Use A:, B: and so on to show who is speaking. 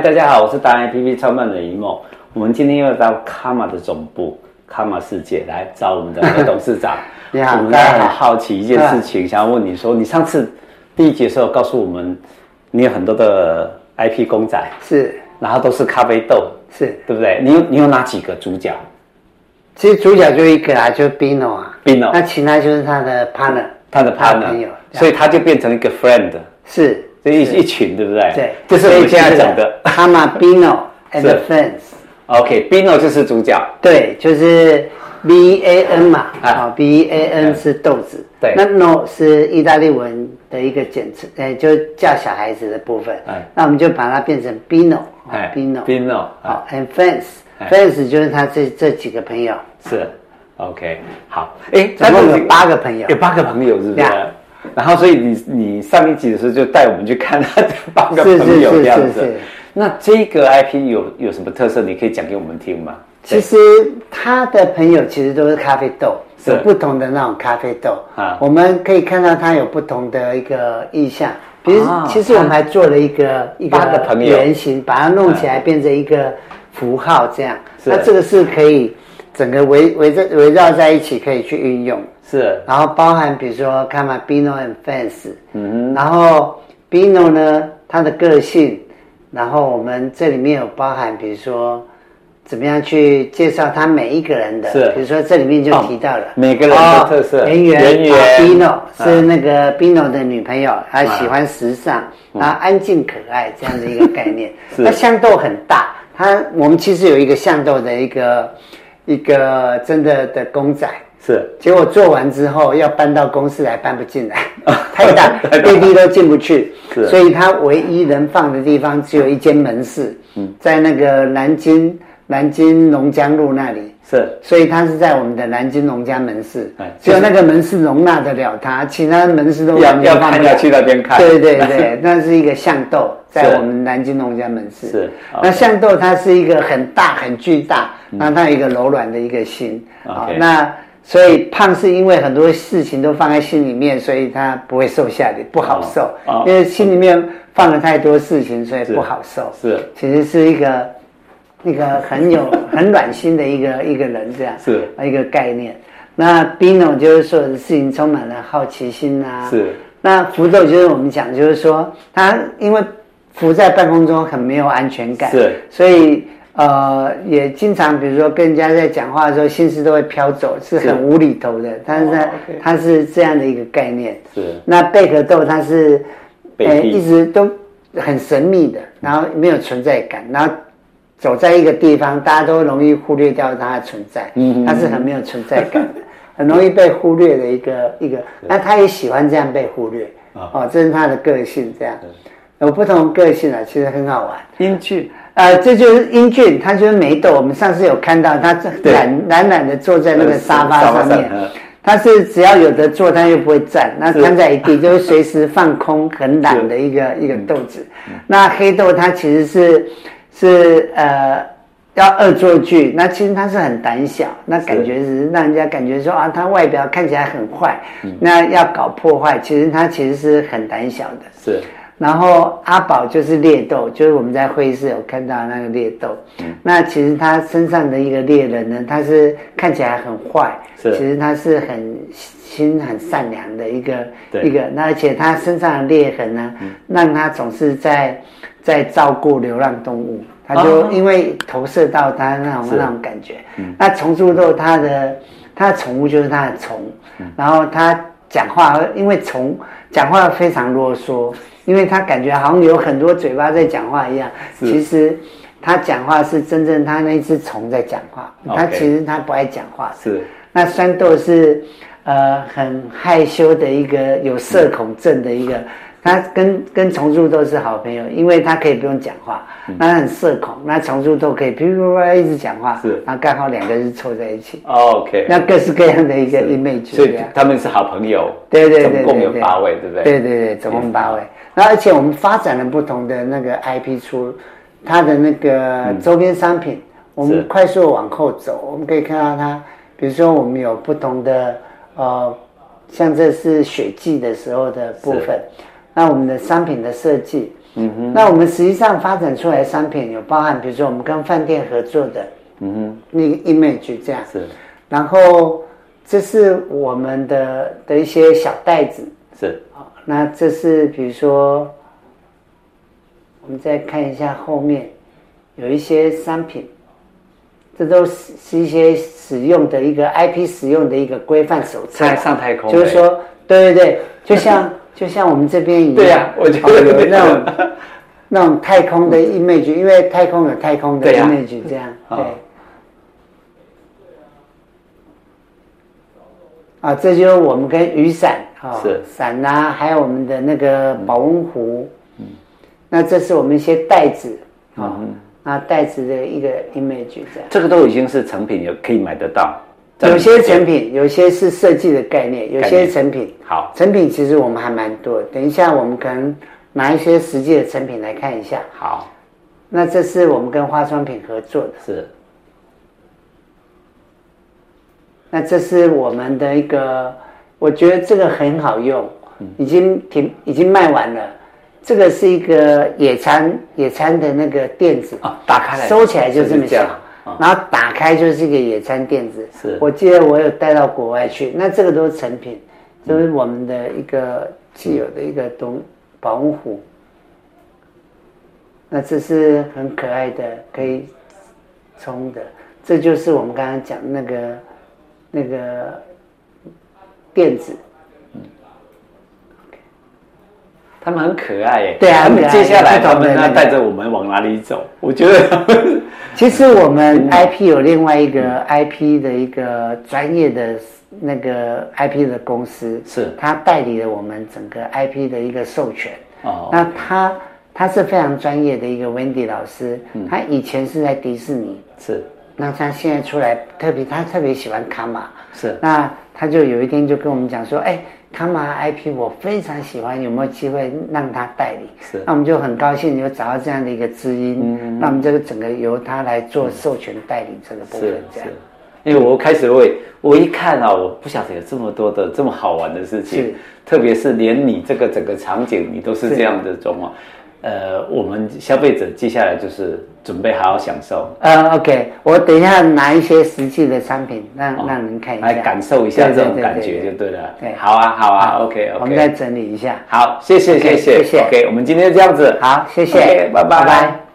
A: 大家好，我是达人 APP 创办人一梦。我们今天又到 Kama 的总部，Kama 世界来找我们的何董事长。
B: 你好
A: 我们
B: 大家
A: 很
B: 好
A: 好奇一件事情，想要问你说，你上次第一节的时候告诉我们，你有很多的 IP 公仔，
B: 是
A: 然后都是咖啡豆，
B: 是，
A: 对不对？你有你有哪几个主角？
B: 其实主角就一个啊，就是 Bino 啊
A: Bino
B: 那其他就是他的 partner，
A: 他的
B: 他的朋友
A: partner，所以他就变成一个 friend，
B: 是，
A: 这一一群，对不对？
B: 对，
A: 就是我们现在讲的。
B: 他嘛 Bino and
A: 是
B: friends，
A: OK，Bino 就是主角，
B: 对，就是 B A N 嘛，
A: 啊
B: 啊 B A N 是豆子，
A: 对
B: 那 No 是意大利文的一个简称，呃，就叫小孩子的部分
A: 哎，
B: 那我们就把它变成哦 Bino，
A: 哎
B: b i n o
A: ，Bino，哎
B: 好，and friends。
A: 哎
B: Friends 就是他这这几个朋友，
A: 是，OK，好，哎，
B: 总共
A: 那
B: 有八个朋友
A: 有八个朋友是不是
B: 呀？
A: 然后，所以你你上一集的时候就带我们去看他 的八个
B: 是是
A: 朋友
B: 是
A: 这样
B: 是
A: 子
B: 是。
A: 那这个 IP 有有什么特色？你可以讲给我们听吗？
B: 其实他的朋友其实都是咖啡豆，
A: 是
B: 有不同的那种咖啡豆
A: 啊
B: 我们可以看到他有不同的一个意象。比如
A: 啊，
B: 其实我们还做了一个一
A: 八个
B: 个
A: 朋友啊
B: 圆形，把它弄起来变成一个符号这样。
A: 是
B: 那这个是可以整个围围着围绕在一起，可以去运用。
A: 是
B: 然后包含比如说 c a m a Bino and Fans，嗯，然后 Bino 呢，他的个性，然后我们这里面有包含比如说怎么样去介绍他每一个人的，
A: 是
B: 比如说这里面就提到了、
A: 哦每个人的特色
B: 哦圆圆
A: 圆圆
B: 啊 Bino
A: 啊。
B: 是那个 Bino 的女朋友，她喜欢时尚，然后安静可爱这样的一个概念
A: 嗯 是
B: 那象豆很大，它我们其实有一个象豆的一个一个真的的公仔。
A: 是，，
B: 结果做完之后要搬到公司来，搬不进来 太大，
A: 太大
B: 电梯都进不去
A: 是，
B: 所以他唯一能放的地方只有一间门市，
A: 嗯
B: 在那个南京南京龙江路那里。
A: 是
B: 所以他是在我们的南京农家门市
A: 哎，
B: 只有那个门市容纳得了他，其他门市都
A: 要
B: 完
A: 要
B: 全放不
A: 看
B: 了
A: 要去那边看。
B: 对对对，那是一个象豆，
A: 是
B: 在我们南京农家门市。
A: 是啊
B: 那
A: OK
B: 象豆它是一个很大很巨大，那它有一个柔软的一个心
A: 嗯
B: 啊
A: OK
B: 那所以胖是因为很多事情都放在心里面，所以他不会瘦下来，不好受
A: 哦哦，
B: 因为心里面放了太多事情，所以不好受。
A: 是
B: 其实是一个。一个很有 很暖心的一个一个人这样啊
A: 是
B: 一个概念。那 Bino 就是所有的事情充满了好奇心啊，
A: 是
B: 那浮豆就是我们讲，就是说它因为浮在半空中很没有安全感，
A: 是
B: 所以呃也经常比如说跟人家在讲话的时候，心思都会飘走，是
A: 是
B: 很无厘头的。但是它、
A: 哦，OK
B: 它是这样的一个概念。
A: 是
B: 那贝壳豆它是
A: 贝
B: 呃
A: 蒂
B: 一直都很神秘的，然后没有存在感，然后。走在一个地方，大家都容易忽略掉它的存在，
A: 嗯
B: 它是很没有存在感 的，很容易被忽略的一个一个。那他也喜欢这样被忽略，
A: 啊
B: 哦，这是他的个性这样。有不同个性啊，其实很好玩。
A: 英俊
B: 呃，这就是英俊，他就是梅豆。我们上次有看到他这
A: 对
B: 懒懒懒的坐在那个
A: 呃沙
B: 沙发
A: 发
B: 上
A: 上
B: 面
A: 嗯，
B: 他是只要有的坐，他又不会站，那
A: 是
B: 瘫在一地，就是随时放空，很懒的一个一个豆子。那黑豆它其实是是呃要恶作剧，那其实他是很胆小，那感觉是让人家感觉说啊，他外表看起来很坏，那要搞破坏，其实他其实是很胆小的。
A: 是
B: 然后阿宝就是猎豆，就是我们在会议室有看到那个猎豆。
A: 嗯
B: 那其实他身上的一个猎人呢，他是看起来很坏，
A: 是
B: 其实他是很心很善良的一个
A: 对嗯
B: 一个。那而且他身上的裂痕呢，让他总是在在照顾流浪动物，他
A: 哦
B: 就因为投射到他那种
A: 是嗯
B: 那种感觉。那重塑豆他的他的宠物就是他的虫，
A: 嗯
B: 然后他讲话，因为虫讲话非常啰嗦，因为他感觉好像有很多嘴巴在讲话一样，
A: 是
B: 其实。他讲话是真正他那只虫在讲话，他
A: OK
B: 其实他不爱讲话，
A: 是
B: 那酸豆是呃很害羞的一个有社恐症的一个，他跟跟重塑豆是好朋友，因为他可以不用讲话，
A: 嗯
B: 那很社恐，那重塑豆可以噼噼啪啪一直讲话，
A: 是
B: 然后刚好两个人凑在一起，
A: OK，
B: 那各式各样的一个 image
A: 所
B: 这
A: 以
B: 样。
A: 他们是好朋友，
B: 对对对对
A: 总共有
B: 对
A: 八位，对不嗯对？
B: 对对对，总共八位。那而且我们发展了不同的那个 IP 出，它的那个周边商品，我
A: 嗯是
B: 们快速地往后走，我们可以看到它，比如说我们有不同的呃，像这是雪季的时候的部分，那我们的商品的设计，嗯哼。那我们实际上发展出来的商品有包含，比如说我们跟饭店合作的，嗯哼，那个 image 这样
A: 是
B: 然后这是我们的的一些小袋子，
A: 是
B: 好，那这是比如说，我们再看一下后面有一些商品，这都是是一些使用的一个 IP 使用的一个规范手册，
C: 上上太空
B: 就是
C: 嘞
A: 哎
B: 说，对对对，就像就像我们这边一样，
C: 对 呀我觉得
B: 哦有
C: 对
B: 那种那种太空的
A: 嗯
B: image，因为太空有太空的
C: 对呀
A: 啊
B: image，这样对
A: 好。
B: 啊，这就是我们跟雨伞啊，
A: 是嗯
B: 伞呐、还有我们的那个保温壶，那这是我们一些袋子啊，那袋子的一个 image 这样。
A: 这个都已经是成品，有可以买得到。在
B: 有
A: 你
B: 些
A: 这边
B: 成品，有些是设计的概念，有
A: 概
B: 些
A: 念
B: 成品
A: 好
B: 成品其实我们还蛮多的，等一下我们可能拿一些实际的成品来看一下。
A: 好
B: 那这是我们跟化妆品合作的，
A: 是
B: 那这是我们的一个，我觉得这个很好用，
C: 嗯
B: 已经挺已经卖完了。这个是一个野餐野餐的那个垫子
C: 啊，打开来
B: 收起来就这么
C: 是这
B: 小
C: 样，
B: 然后打开就是一个野餐垫子。
A: 是
B: 我记得我有带到国外去，那这个都是成品，这是我们的一个既有的一个东保温壶。那这是很可爱的，可以冲的，这就是我们刚刚讲那个那个垫子。
C: 他们很可爱耶。
B: 对啊
C: 他
B: 很
C: 们
B: 可爱
C: 接下来
B: 不同
C: 他
B: 的
C: 们
B: 那
C: 要
B: 个
C: 带着我们往哪里走？我觉得他们
B: 其实我
A: 嗯
B: 们 IP 有另外一个 IP 的一个专业的那个 IP 的公司，
A: 是
B: 它代理了我们整个 IP 的一个授权。
A: 哦
B: 那他他是非常专业的一个 Wendy 老师，
A: 嗯
B: 他以前是在迪士尼，
A: 是
B: 那他现在出来特别，他特别喜欢卡玛，
A: 是
B: 那他就有一天就跟我们讲说，哎，卡玛 IP 我非常喜欢，有没有机会让他代理？
A: 是嗯
B: 那我们就很高兴有找到这样的一个知音，那我们这个整个由他来做授权代理这个部分
A: 是，
B: 这样
A: 是。因为我开始我也我一看啊，我不晓得有这么多的这么好玩的事
B: 是
A: 情，特别是连你这个整个场景你都是这样的状况，呃，我们消费者接下来就是准备好好享受，
B: 呃，OK，我等一下拿一些实际的商品让、让您看一下，
A: 来哦感受一下
B: 对
A: 这种
B: 对对
A: 感
B: 对
A: 觉
B: 对
A: 就对了
B: 对。
A: 好啊，好啊，OK
B: 我们再
A: OK，
B: 整理一下。
A: 好，谢谢
B: OK，
A: 谢
B: 谢谢
A: 谢，OK，我们今天就这样子，
B: 好，谢谢，
A: OK，拜
B: 拜拜